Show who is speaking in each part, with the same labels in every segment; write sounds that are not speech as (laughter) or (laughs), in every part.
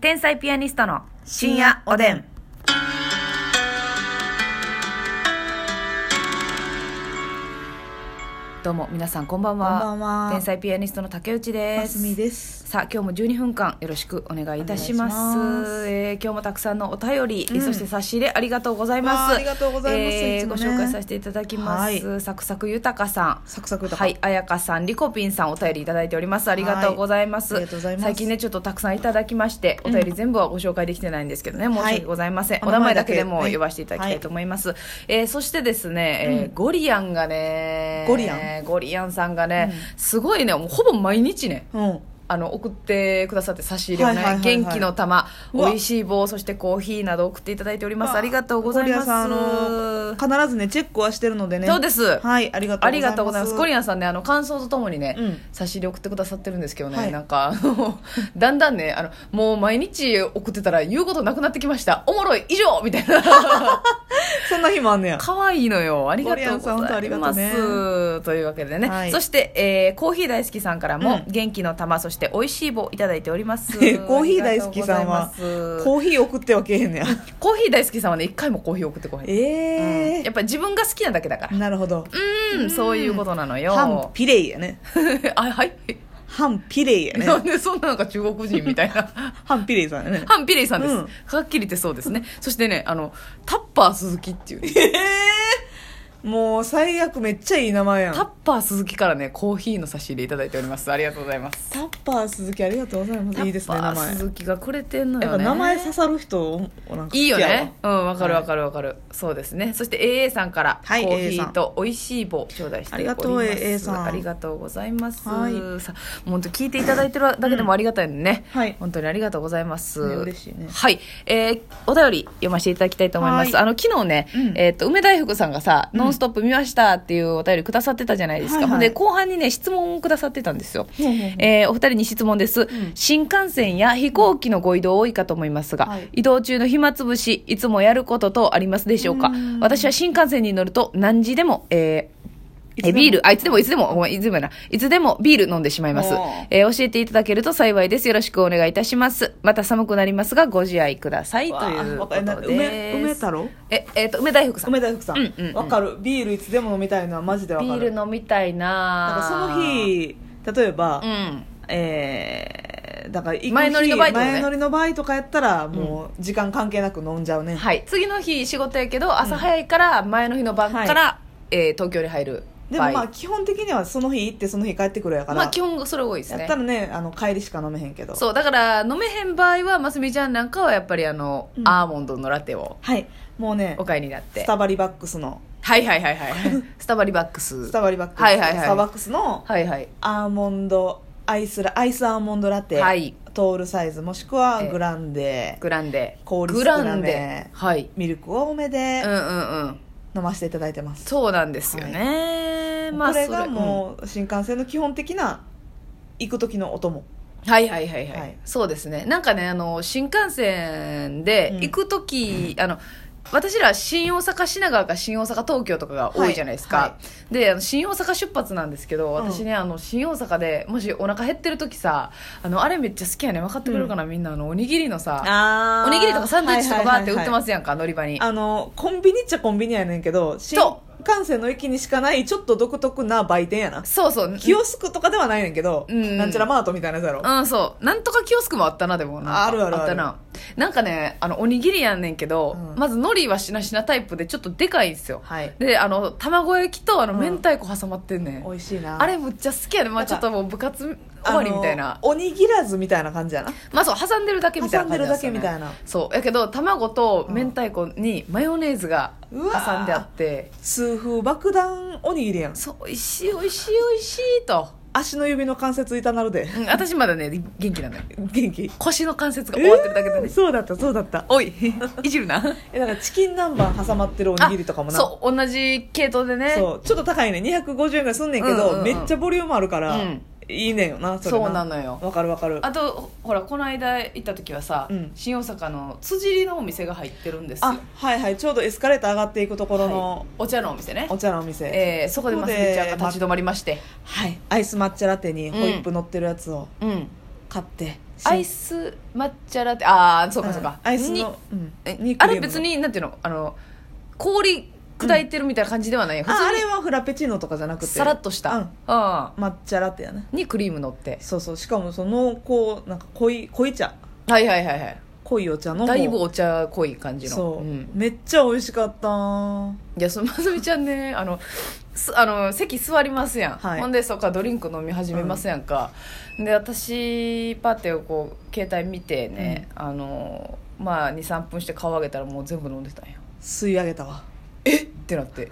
Speaker 1: 天才ピアニストの深夜おでん。どうも皆さんこんばんは。
Speaker 2: こんばんは
Speaker 1: 天才ピアニストの竹内
Speaker 2: ま
Speaker 1: ですす。
Speaker 2: みです。
Speaker 1: さあ今日も12分間よろしくお願いいたします
Speaker 2: お願いします
Speaker 1: えー今日もたくさんのお便り、
Speaker 2: うん
Speaker 1: そして差し入れありがとうございま
Speaker 2: わ
Speaker 1: す
Speaker 2: あありがとうございますいつ
Speaker 1: ご
Speaker 2: もね
Speaker 1: 紹介させていただきます、
Speaker 2: は
Speaker 1: サクサク豊かさん
Speaker 2: サクサク豊か
Speaker 1: はいあやかさんリコピンさんお便りいただいておりますありがとうございます,、
Speaker 2: はいありがとうございます
Speaker 1: 最近ねちょっとたくさんいただきましてお便り全部はご紹介できてないんですけどね、申し訳ございません、
Speaker 2: はい
Speaker 1: お名前だけで
Speaker 2: お名
Speaker 1: も
Speaker 2: 前だけ
Speaker 1: 呼ばせていただきたいと思います、えーそしてですね、えーゴリアンがね
Speaker 2: ゴリア
Speaker 1: ンゴリアンさんがね、すごいねもうほぼ毎日ね
Speaker 2: うん。
Speaker 1: あの送ってくださって差し入れをね、
Speaker 2: はいはいはいはい
Speaker 1: 元気の玉
Speaker 2: うわ
Speaker 1: 美味しい棒そしてコーヒーなど送っていただいておりますありがとうござい
Speaker 2: ゴリ
Speaker 1: ま
Speaker 2: ア
Speaker 1: す
Speaker 2: さん、あの、必ずね、チェックはしてるのでね。
Speaker 1: そうです
Speaker 2: はい、ありがとうございます。
Speaker 1: ありがとうございますコリアンさんねあの感想とともにね、
Speaker 2: うん
Speaker 1: 差し入れ送ってくださってるんですけどね、
Speaker 2: はい
Speaker 1: なんかあのだんだんねあのもう毎日送ってたら言うことなくなってきましたおもろい以上みたいな
Speaker 2: そんな日もあんね
Speaker 1: (laughs)
Speaker 2: や。
Speaker 1: 可愛いのよありがとうござ
Speaker 2: ゴリアンさん本当あり
Speaker 1: い
Speaker 2: が
Speaker 1: ま
Speaker 2: とう
Speaker 1: す
Speaker 2: ね
Speaker 1: というわけでね、
Speaker 2: はい
Speaker 1: そして、えーコーヒー大好きさんからも、
Speaker 2: う
Speaker 1: 元気の玉そして美味しい棒いただいておりま (laughs) す
Speaker 2: コーヒー大好きさん
Speaker 1: あ
Speaker 2: は
Speaker 1: りがとうございます
Speaker 2: コーヒー送ってはけえへんねや。
Speaker 1: コーヒー大好きさんはね一回もコーヒー送ってこへん、
Speaker 2: え
Speaker 1: やっぱ自分が好きなだけだから
Speaker 2: え。なるほど。
Speaker 1: うんそういうことなの
Speaker 2: 反
Speaker 1: よ
Speaker 2: ピレイやね。
Speaker 1: (laughs) あはい、
Speaker 2: 反ピレイやね。
Speaker 1: なんでそんななんか中国人みたいな
Speaker 2: 反ピレイさんやね。
Speaker 1: (laughs) ハンピレイさんです、
Speaker 2: うん
Speaker 1: はっきり言ってそうですねそしてねあのタッパー鈴木っていうね、
Speaker 2: ええもう最悪めっちゃいい名前やん。
Speaker 1: タッパー鈴木からねコーヒーの差し入れいただいておりますありがとうございます
Speaker 2: タッパー鈴木ありがとうございます。いいですね、
Speaker 1: タッ
Speaker 2: 名
Speaker 1: パー
Speaker 2: 前。
Speaker 1: 鈴木がくれてんの
Speaker 2: やっ
Speaker 1: よ
Speaker 2: ぱ
Speaker 1: ね
Speaker 2: 名前刺さる人、おなんか好
Speaker 1: いい
Speaker 2: きや
Speaker 1: よ
Speaker 2: わ
Speaker 1: ねうんわかるわかるわかる、そうですねそして AA さんから、
Speaker 2: はい
Speaker 1: コーヒ
Speaker 2: AA さ
Speaker 1: ー
Speaker 2: ん
Speaker 1: と美味しい棒頂戴しております
Speaker 2: ありがとう AA さん
Speaker 1: ありがとうございます、
Speaker 2: はい
Speaker 1: さもう本当聞いていただいてるだけでもありがたいのね、
Speaker 2: うんはい
Speaker 1: 本当にありがとうございます、
Speaker 2: ね嬉しいね
Speaker 1: はい、えーお便り読ませていただきたいと思います、
Speaker 2: はい
Speaker 1: あの昨日ね、
Speaker 2: うん
Speaker 1: えーっと梅大福さんがさ「
Speaker 2: ん
Speaker 1: ノンストップ見ました」っていうお便りくださってたじゃないですか、
Speaker 2: はいはい
Speaker 1: ほんで後半にね質問をくださってたんですよ、
Speaker 2: ほうほうほう
Speaker 1: えーお二人に質問です、
Speaker 2: ん
Speaker 1: 新幹線や飛行機のご移動多いかと思いますが、
Speaker 2: はい
Speaker 1: 移動中の暇つぶし、いつもやることとありますでしょうか
Speaker 2: うん
Speaker 1: 私は新幹線に乗ると何時でも、えー
Speaker 2: いつで
Speaker 1: え
Speaker 2: も
Speaker 1: ビール、あ、いつでも、いつでも、ごめんいつでもやな。いつでもビール飲んでしまいます
Speaker 2: おー。
Speaker 1: えー教えていただけると幸いです。よろしくお願いいたします。また寒くなりますが、ご自愛ください。と
Speaker 2: わあ
Speaker 1: いうこ
Speaker 2: わ
Speaker 1: と
Speaker 2: か
Speaker 1: で
Speaker 2: るな梅梅太郎
Speaker 1: え、えっ、と、梅大福さん。
Speaker 2: 梅大福さん
Speaker 1: う
Speaker 2: わ、
Speaker 1: んうんうん
Speaker 2: かるビールいつでも飲みたいのはマジでわ
Speaker 1: ビ
Speaker 2: か
Speaker 1: ー
Speaker 2: る
Speaker 1: ル飲みたいな
Speaker 2: なんか
Speaker 1: ぁ
Speaker 2: その、日例えば、
Speaker 1: うん。
Speaker 2: えーだから行く日
Speaker 1: 前乗りの場合とかね
Speaker 2: 前乗りの場合とかやったらもう時間関係なく飲んじゃうね、
Speaker 1: はい、次の日仕事やけど朝早いから前の日の晩から、えー東京に入る
Speaker 2: で
Speaker 1: 場合
Speaker 2: もまあ基本的にはその日行ってその日帰ってくるやから、
Speaker 1: まあ基本それ多いです
Speaker 2: や
Speaker 1: ね
Speaker 2: ったらねあの帰りしか飲めへんけど
Speaker 1: そうだから飲めへん場合はますみちゃんなんかはやっぱりあの、
Speaker 2: うん
Speaker 1: アーモンドのラテを
Speaker 2: はいもうね
Speaker 1: お買いになって
Speaker 2: スタバリバックスの
Speaker 1: はいはいはいはい
Speaker 2: (laughs)
Speaker 1: スタバリバックス
Speaker 2: スタバリバックス、
Speaker 1: はいはいはい
Speaker 2: スタバックスの
Speaker 1: はいはい
Speaker 2: アーモンドアイスラアイスアーモンドラテ、
Speaker 1: はい
Speaker 2: トールサイズもしくはグランデ
Speaker 1: グランデ
Speaker 2: 氷
Speaker 1: グ
Speaker 2: 少なめ
Speaker 1: ランデはい
Speaker 2: ミルク多めで
Speaker 1: うんうんうん
Speaker 2: 飲ませていただいてます、
Speaker 1: そうなんですよね、まあ
Speaker 2: これが
Speaker 1: そ
Speaker 2: もう新幹線の基本的な行く時のお供
Speaker 1: はいはいはいはい、
Speaker 2: はい
Speaker 1: そうですねなんかねあの新幹線で
Speaker 2: うん
Speaker 1: 行く時、あの私ら新大阪品川か新大阪東京とかが多いじゃないですか、
Speaker 2: はいは
Speaker 1: であの新大阪出発なんですけど
Speaker 2: ん
Speaker 1: 私ね、あの新大阪でもしお腹減ってる時さあのあれめっちゃ好きやね分かってくれるかな、みんなあのおにぎりのさ
Speaker 2: あ、
Speaker 1: おにぎりとかサンドイッチとかバーって売ってますすやんか、乗り場に
Speaker 2: あのコンビニっちゃコンビニやねんけど新
Speaker 1: そ
Speaker 2: 幹線の駅にしかないちょっと独特な売店やな
Speaker 1: そうそう
Speaker 2: キオスクとかではないねんけど、
Speaker 1: うん
Speaker 2: なんちゃらマートみたいなやつやろ、
Speaker 1: うん、そう。なんとかキオスクもあったな、でもなんか。
Speaker 2: あるあるある
Speaker 1: ったな。なんかね、あの、おにぎりやんねんけど、
Speaker 2: うん
Speaker 1: まず海苔はしなしなタイプでちょっとでかいんですよ。
Speaker 2: はい
Speaker 1: で、あの、卵焼きとあの、
Speaker 2: うん
Speaker 1: 明太子挟まってんねん。
Speaker 2: 美味しいな
Speaker 1: あれむっちゃ好きやねんまあ
Speaker 2: なんか
Speaker 1: ちょっともう部活終わりみたいな
Speaker 2: あ。のおにぎらずみたいな感じやな
Speaker 1: まあそう、挟んでるだけみたいな感じなんですよ、ね。
Speaker 2: 挟んでるだけみたいな
Speaker 1: そう。やけど、卵と明太子にマヨネーズが
Speaker 2: うわ
Speaker 1: 挟んであって、
Speaker 2: 痛風爆弾おにぎりやん
Speaker 1: そう、美味しい美味しい美味しいと。
Speaker 2: 足の指の関節痛なるで
Speaker 1: うん、私まだね、元気なのよ。
Speaker 2: 元気
Speaker 1: 腰の関節が終わってるだけでね。
Speaker 2: えーそうだったそうだった
Speaker 1: おい、 (laughs) いじるな。
Speaker 2: えだからチキン南蛮挟まってるおにぎりとかもな
Speaker 1: そう同じ系統でね
Speaker 2: そうちょっと高いね250円ぐらいすんねんけど、
Speaker 1: うんうんうん
Speaker 2: めっちゃボリュームあるから、
Speaker 1: うん
Speaker 2: いいねんよなそれ
Speaker 1: そうなのよ
Speaker 2: わかるわかる
Speaker 1: あとほらこの間行った時はさ、
Speaker 2: うん
Speaker 1: 新大阪の辻りのお店が入ってるんですよ
Speaker 2: あはいはいちょうどエスカレーター上がっていくところ
Speaker 1: はい
Speaker 2: の
Speaker 1: お茶のお店ね
Speaker 2: お茶のお店、
Speaker 1: えーそこでますみちゃんが立ち止まりまして、
Speaker 2: はいアイス抹茶ラテにホイップ乗ってるやつを
Speaker 1: うん
Speaker 2: 買って
Speaker 1: アイス抹茶ラテああそうかそうか、
Speaker 2: アイス
Speaker 1: に
Speaker 2: の、うん
Speaker 1: え
Speaker 2: にク
Speaker 1: あ
Speaker 2: リーム
Speaker 1: れ別になんていうのあの氷砕いてるみたいな感じではない、普通
Speaker 2: あ
Speaker 1: に
Speaker 2: あれはフラペチーノとかじゃなくて
Speaker 1: さらっとした、
Speaker 2: う
Speaker 1: うんん、あ
Speaker 2: 抹茶ラテやね
Speaker 1: にクリーム乗って
Speaker 2: そうそうしかもその濃厚なんか濃い濃い茶
Speaker 1: はいはいはいはい
Speaker 2: 濃いお茶のもう
Speaker 1: だいぶお茶濃い感じの
Speaker 2: そう、
Speaker 1: ん、
Speaker 2: めっちゃ美味しかったはい
Speaker 1: やそまずみちゃんねあのすあの席座りますやん、
Speaker 2: はい
Speaker 1: ほんでそっからドリンク飲み始めますやんか、で私パッてこう携帯見てね、あのまあ23分して顔上げたらもう全部飲んでたんや
Speaker 2: 吸い上げたわ
Speaker 1: ってなって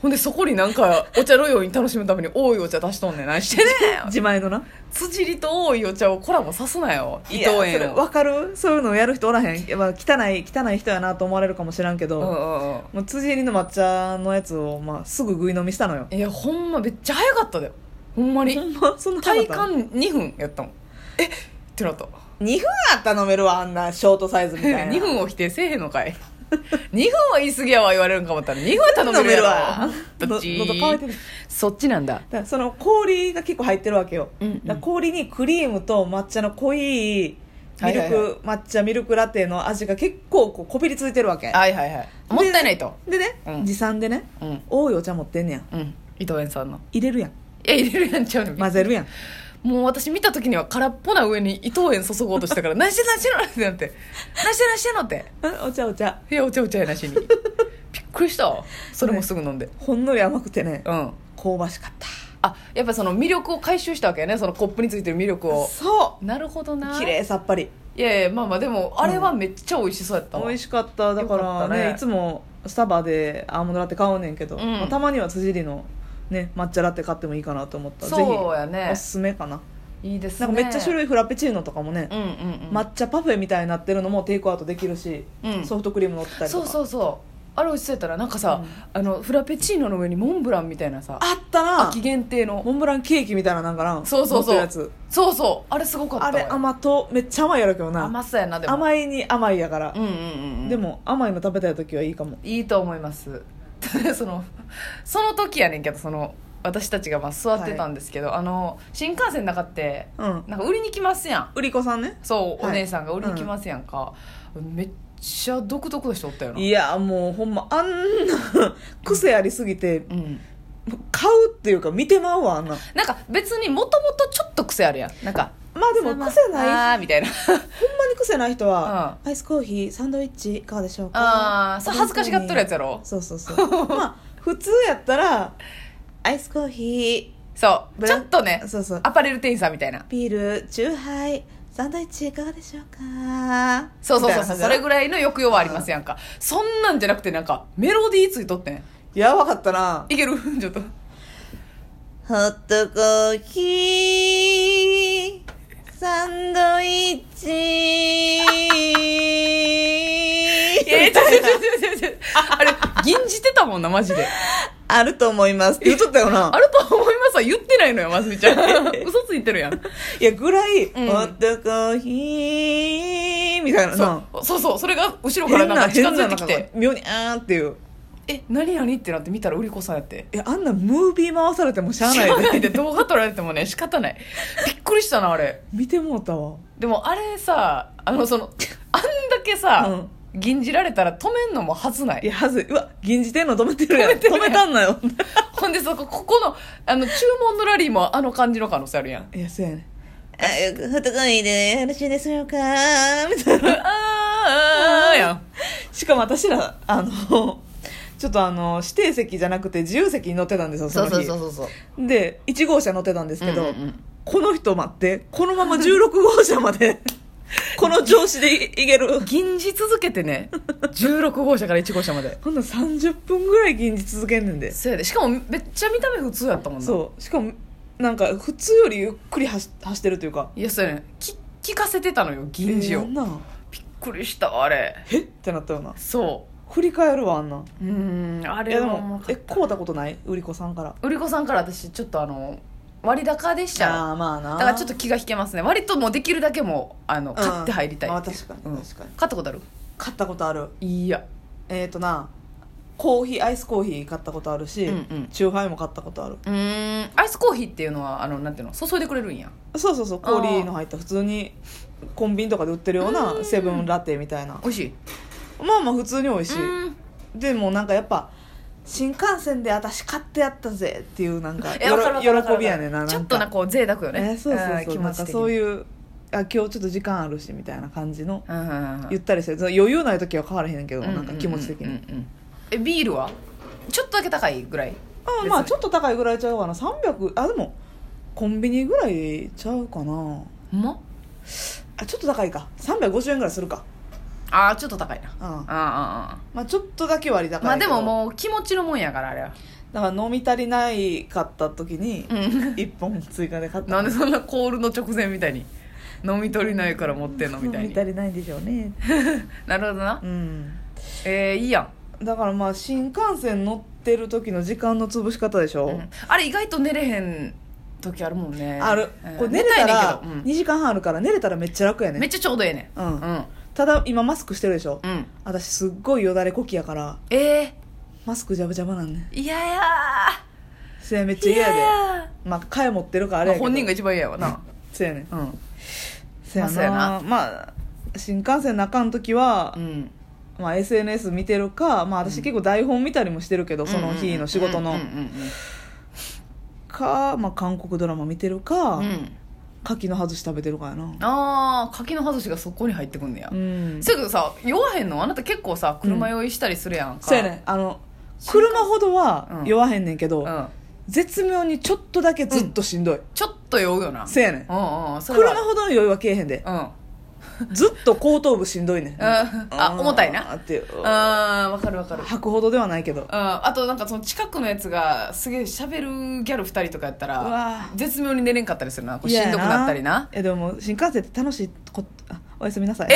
Speaker 1: ほんでそこになんかお茶のように楽しむために多いお茶出しとんねん何
Speaker 2: (laughs)
Speaker 1: してねん
Speaker 2: 自前のな
Speaker 1: 辻りと多いお茶をコラボさすなよ伊藤
Speaker 2: いやそれ
Speaker 1: 園を
Speaker 2: わかるそういうのやる人おらへん、まあ、汚い汚い人やなと思われるかもしらんけ
Speaker 1: う
Speaker 2: ど、
Speaker 1: んうんうん
Speaker 2: もう辻入りの抹茶のやつを、まあ、すぐ食い飲みしたのよ
Speaker 1: いやほんまめっちゃ早かったでほんま
Speaker 2: ほ
Speaker 1: に
Speaker 2: んまそんな
Speaker 1: 体感2分やったもんえってなった
Speaker 2: 2分あったら飲めるわあんなショートサイズみたいな
Speaker 1: 2分を否定せえへんのかい2分は言い過ぎやわ言われるんか思ったら2分は頼めるやろ
Speaker 2: 飲
Speaker 1: ど
Speaker 2: め
Speaker 1: っち
Speaker 2: るわの喉乾いてるだ
Speaker 1: そっちなんだ
Speaker 2: からその氷が結構入ってるわけよ、
Speaker 1: うんうん
Speaker 2: だから氷にクリームと抹茶の濃いミルク、
Speaker 1: はいはいは
Speaker 2: 抹茶ミルクラテの味が結構こうこびりついてるわけ
Speaker 1: はいはいはいもったいないと
Speaker 2: でね、
Speaker 1: うん
Speaker 2: 持参でね
Speaker 1: うん
Speaker 2: 多いお茶持ってんねや
Speaker 1: うん伊藤園さんの
Speaker 2: 入れるやん
Speaker 1: いや入れるやんちゃうの
Speaker 2: 混ぜるやん
Speaker 1: もう私見た時には空っぽな上に伊藤園注ごうとしたから「何して何してんの?」ってなって「何して何してんの?」って
Speaker 2: うんお茶お茶
Speaker 1: いやお茶お茶やなし
Speaker 2: (laughs)
Speaker 1: にびっくりしたわそれもすぐ飲んで、
Speaker 2: ほんのり甘くてね
Speaker 1: うん
Speaker 2: 香ばしかった
Speaker 1: あやっぱその魅力を回収したわけやねそのコップについてる魅力を
Speaker 2: そ
Speaker 1: なるほど
Speaker 2: う
Speaker 1: な
Speaker 2: 綺麗さっぱり
Speaker 1: いやいやまあまあでもあれはめっちゃ美味しそうやったわ、
Speaker 2: 美味しかっただか
Speaker 1: よからった
Speaker 2: ね
Speaker 1: ね
Speaker 2: いつもスタバでアーモンドラテ買うねんけど、
Speaker 1: うん
Speaker 2: まあたまには辻りのね抹茶ラテ買ってもいいかなと思ったら
Speaker 1: そうや
Speaker 2: ぜ
Speaker 1: ね
Speaker 2: ひおすすめかない
Speaker 1: いです
Speaker 2: な
Speaker 1: ね
Speaker 2: んかめっちゃ種類フラペチーノとかもね
Speaker 1: う、んうんうん、
Speaker 2: 抹茶パフェみたいになってるのもテイクアウトできるし、
Speaker 1: うん
Speaker 2: ソフトクリーム乗ってたりと
Speaker 1: そう
Speaker 2: か
Speaker 1: そうそうあれ美味しそうやったらなんかさ、あのフラペチーノの上にモンブランみたいなさ
Speaker 2: あったな
Speaker 1: 秋限定の
Speaker 2: モンブランケーキみたいななんかな
Speaker 1: そうそうそう
Speaker 2: 乗ってるやつ
Speaker 1: そうそうあれすごかったわ
Speaker 2: あれ甘とめっちゃ甘いやろけどな
Speaker 1: 甘そうやなでも
Speaker 2: 甘いに甘いやから
Speaker 1: う、んうんうん
Speaker 2: でも甘いの食べたい時はいいかも
Speaker 1: いいと思います (laughs) そのその時やねんけどその私たちがまあ座ってたんですけど、あの新幹線の中って
Speaker 2: うん
Speaker 1: なんか売りに来ますやん
Speaker 2: 売り子さんね
Speaker 1: そう、
Speaker 2: はい
Speaker 1: お姉さんが売りに来ますやんか、めっちゃ独特の人おったよない
Speaker 2: やもうほんまあんな癖ありすぎて
Speaker 1: うん、
Speaker 2: 買うっていうか見てまうわあんな
Speaker 1: なんか別にもともとちょっと癖あるやんなんか
Speaker 2: まあでも癖ない
Speaker 1: あーみ
Speaker 2: (laughs)
Speaker 1: たいな
Speaker 2: ほんまに癖ない人は、アイスコーヒーサンドイッチいかがでしょうか
Speaker 1: あーそう恥ずかしがっとるやつやろ
Speaker 2: そうそうそうまあ普通やったらアイスコーヒ
Speaker 1: そう
Speaker 2: ブ
Speaker 1: ち
Speaker 2: ラ
Speaker 1: ょっとね
Speaker 2: ーそうそう
Speaker 1: アパレル店員さんみたいな
Speaker 2: ビールチューハイサンドイッチいかがでしょうか
Speaker 1: そうそうそうそうそれぐ
Speaker 2: らい
Speaker 1: らいの抑揚はありますやんかそんなんじゃなくてなんかメロディーついとってん
Speaker 2: やばかった (laughs) ない
Speaker 1: けるちょっと
Speaker 2: ホットコーヒー、サンドイッチ。
Speaker 1: えちょちょちょちょちょあれ吟じてたもんなマジで
Speaker 2: あると思いますって言っとったよな
Speaker 1: あ。ると思いますわ言ってないのよますみちゃ
Speaker 2: (laughs)
Speaker 1: ん嘘ついてるやん
Speaker 2: いや、ぐらい、
Speaker 1: うん
Speaker 2: ホットコーヒー、みたいな
Speaker 1: そう
Speaker 2: な。
Speaker 1: そうそうそれが後ろから
Speaker 2: 変
Speaker 1: なん
Speaker 2: な、
Speaker 1: か近
Speaker 2: 変
Speaker 1: づ
Speaker 2: ないな
Speaker 1: て
Speaker 2: ん
Speaker 1: き
Speaker 2: か
Speaker 1: て、
Speaker 2: 妙に、あーっていう。
Speaker 1: え何何ってなって見たら売り子さんやって
Speaker 2: いや、あんなムービー回されてもしゃあない
Speaker 1: 知ら
Speaker 2: で。
Speaker 1: で動画撮られてもね仕方ないびっくりしたなあれ
Speaker 2: 見てもうたわ。
Speaker 1: でもあれさあのそのあんだけさ、吟じられたら止めんのもはずない
Speaker 2: いや、はずい。うわ、銀じてんの止めてるやん。
Speaker 1: 止めて
Speaker 2: 止
Speaker 1: るやん
Speaker 2: めたんなよ。
Speaker 1: ほんでそこここのあの注文のラリーもあの感じの可能性あるやん
Speaker 2: いや、そうやね。あ、ホットコーヒーでよろしいでしょうかみたいな。
Speaker 1: あーあーあーやん
Speaker 2: しかも私らあの (laughs) ちょっとあの指定席じゃなくて自由席に乗ってたんですよその日
Speaker 1: そうそう
Speaker 2: で1号車乗ってたんですけど、
Speaker 1: うんうんうん
Speaker 2: この人待ってこのまま16号車
Speaker 1: (laughs)
Speaker 2: までこの調子でいける
Speaker 1: 吟じ続けて (laughs) ね16号車から1号車まで
Speaker 2: ほんなら30分ぐらい銀じ続けんねんで
Speaker 1: そうやでしかもめっちゃ見た目普通やったもんな
Speaker 2: そうしかもなんか普通よりゆっくり走走ってるというか
Speaker 1: いやそうやねき聞かせてたのよ銀じを、
Speaker 2: えーなんなん
Speaker 1: びっくりしたわあれ
Speaker 2: えってなったよな
Speaker 1: そ
Speaker 2: 振り返るわあんなん
Speaker 1: ううーんあ
Speaker 2: い
Speaker 1: れ
Speaker 2: やで
Speaker 1: はも
Speaker 2: もえこうたことない売り子さんから
Speaker 1: 売り子さんから私ちょっとあの割高でした
Speaker 2: あーまあな
Speaker 1: だからちょっと気が引けますね割ともうできるだけもうあの買って入りたい
Speaker 2: うんまあ
Speaker 1: っていう
Speaker 2: 確か
Speaker 1: う
Speaker 2: に
Speaker 1: ん
Speaker 2: 確かに
Speaker 1: 買ったことある
Speaker 2: 買ったことある
Speaker 1: いや
Speaker 2: えっ、ー、となコーヒーアイスコーヒー買ったことあるし、
Speaker 1: うんうん
Speaker 2: チューハイも買ったことある
Speaker 1: うーんアイスコーヒーっていうのはあのなんていうの注いでくれるんや
Speaker 2: そうそうそう
Speaker 1: あー
Speaker 2: 氷の入った普通にコンビニとかで売ってるようなセブンラテみたいな
Speaker 1: 美味しい
Speaker 2: まあまあ普通に美味しい
Speaker 1: うん
Speaker 2: でもなんかやっぱ新幹線で私買ってやったぜっていうなんか
Speaker 1: えわかるわかる
Speaker 2: よ
Speaker 1: わ
Speaker 2: ろ
Speaker 1: かる
Speaker 2: 喜びやねんななんか
Speaker 1: ちょっとなこう贅沢よね
Speaker 2: えそうそ
Speaker 1: う
Speaker 2: う
Speaker 1: ん
Speaker 2: そう
Speaker 1: 気
Speaker 2: な
Speaker 1: 持
Speaker 2: ん
Speaker 1: ち
Speaker 2: か
Speaker 1: 的に
Speaker 2: そういうあ今日ちょっと時間あるしみたいな感じの
Speaker 1: うんうんうん
Speaker 2: ゆったりしてるその余裕ない時は変わらへんねんけど、
Speaker 1: うんうん
Speaker 2: なんか気持ち的に、
Speaker 1: うんうんうんえビールはちょっとだけ高いぐらい
Speaker 2: あまあ
Speaker 1: 別に
Speaker 2: ちょっと高いぐらいちゃうかな300あでもコンビニぐらいちゃうかな
Speaker 1: ほんま
Speaker 2: あちょっと高いか350円ぐらいするか
Speaker 1: ああちょっと高いな
Speaker 2: うん
Speaker 1: ああ
Speaker 2: まあちょっとだけ割高い
Speaker 1: まあでも
Speaker 2: う
Speaker 1: もう気持ちのもんやからあれは
Speaker 2: だから飲み足りないかった時に
Speaker 1: うん
Speaker 2: 1本追加で買った
Speaker 1: (laughs) なんでそんなコールの直前みたいに飲み取りないから持ってんのみたい
Speaker 2: 飲み
Speaker 1: に
Speaker 2: 足りないんでしょうね
Speaker 1: なるほどな
Speaker 2: うん
Speaker 1: えー、いいやん、
Speaker 2: だからまあ新幹線乗ってる時の時間の潰し方でしょ、
Speaker 1: うんあれ意外と寝れへん時あるもんね
Speaker 2: ある、
Speaker 1: うん
Speaker 2: これ寝れたら
Speaker 1: 寝いねん
Speaker 2: 2
Speaker 1: けど
Speaker 2: 時間半あるから寝れたらめっちゃ楽や
Speaker 1: うんめっ
Speaker 2: ね
Speaker 1: ちゃちょうどええね
Speaker 2: うん、
Speaker 1: んうん
Speaker 2: ただ今マスクしてるでしょ、
Speaker 1: うん
Speaker 2: 私すっごいよだれこきやから
Speaker 1: え
Speaker 2: マスクジャブジャブなんね
Speaker 1: ー、いやや
Speaker 2: せやめっ
Speaker 1: ー
Speaker 2: ちゃ嫌やで
Speaker 1: や
Speaker 2: まあ替え持ってるからあ
Speaker 1: ー
Speaker 2: れ
Speaker 1: まあ
Speaker 2: やけど、
Speaker 1: 本人が一番嫌やわな
Speaker 2: せやねん
Speaker 1: うん
Speaker 2: せや
Speaker 1: まあ
Speaker 2: な,、
Speaker 1: そうやな
Speaker 2: まあ新幹線のあかん時は
Speaker 1: う、ん
Speaker 2: まあ、SNS 見てるか、まあ、私結構台本見たりもしてるけど、その日の仕事の、
Speaker 1: うんうんうん
Speaker 2: か、まあ、韓国ドラマ見てるか、
Speaker 1: うんうん
Speaker 2: 柿の外し食べてるかやな
Speaker 1: ああ柿の外しがそこに入ってくんねや
Speaker 2: うん
Speaker 1: せやけどさ酔わへんのあなた結構さ車用意したりするやんか
Speaker 2: そうやねんあの車ほどは
Speaker 1: うん
Speaker 2: 酔わへんねんけど、
Speaker 1: うん
Speaker 2: 絶妙にちょっとだけずっとしんどい、
Speaker 1: ちょっと酔うよな
Speaker 2: せやねん
Speaker 1: うんうんそれ
Speaker 2: 車
Speaker 1: は
Speaker 2: ほどの酔いはけえへんで
Speaker 1: うんうん
Speaker 2: ずっと後頭部しんどいねん
Speaker 1: あ重たいな
Speaker 2: あーっていう
Speaker 1: あーわかるわかる
Speaker 2: 吐くほどではないけど
Speaker 1: ああとなんかその近くのやつがすげえしゃべるギャル2人とかやった
Speaker 2: う
Speaker 1: ら
Speaker 2: わ
Speaker 1: 絶妙に寝れんかったりするなこう
Speaker 2: 嫌
Speaker 1: し
Speaker 2: や
Speaker 1: んどくなったりな
Speaker 2: えでも新幹線って楽しいこあおやすみなさい
Speaker 1: え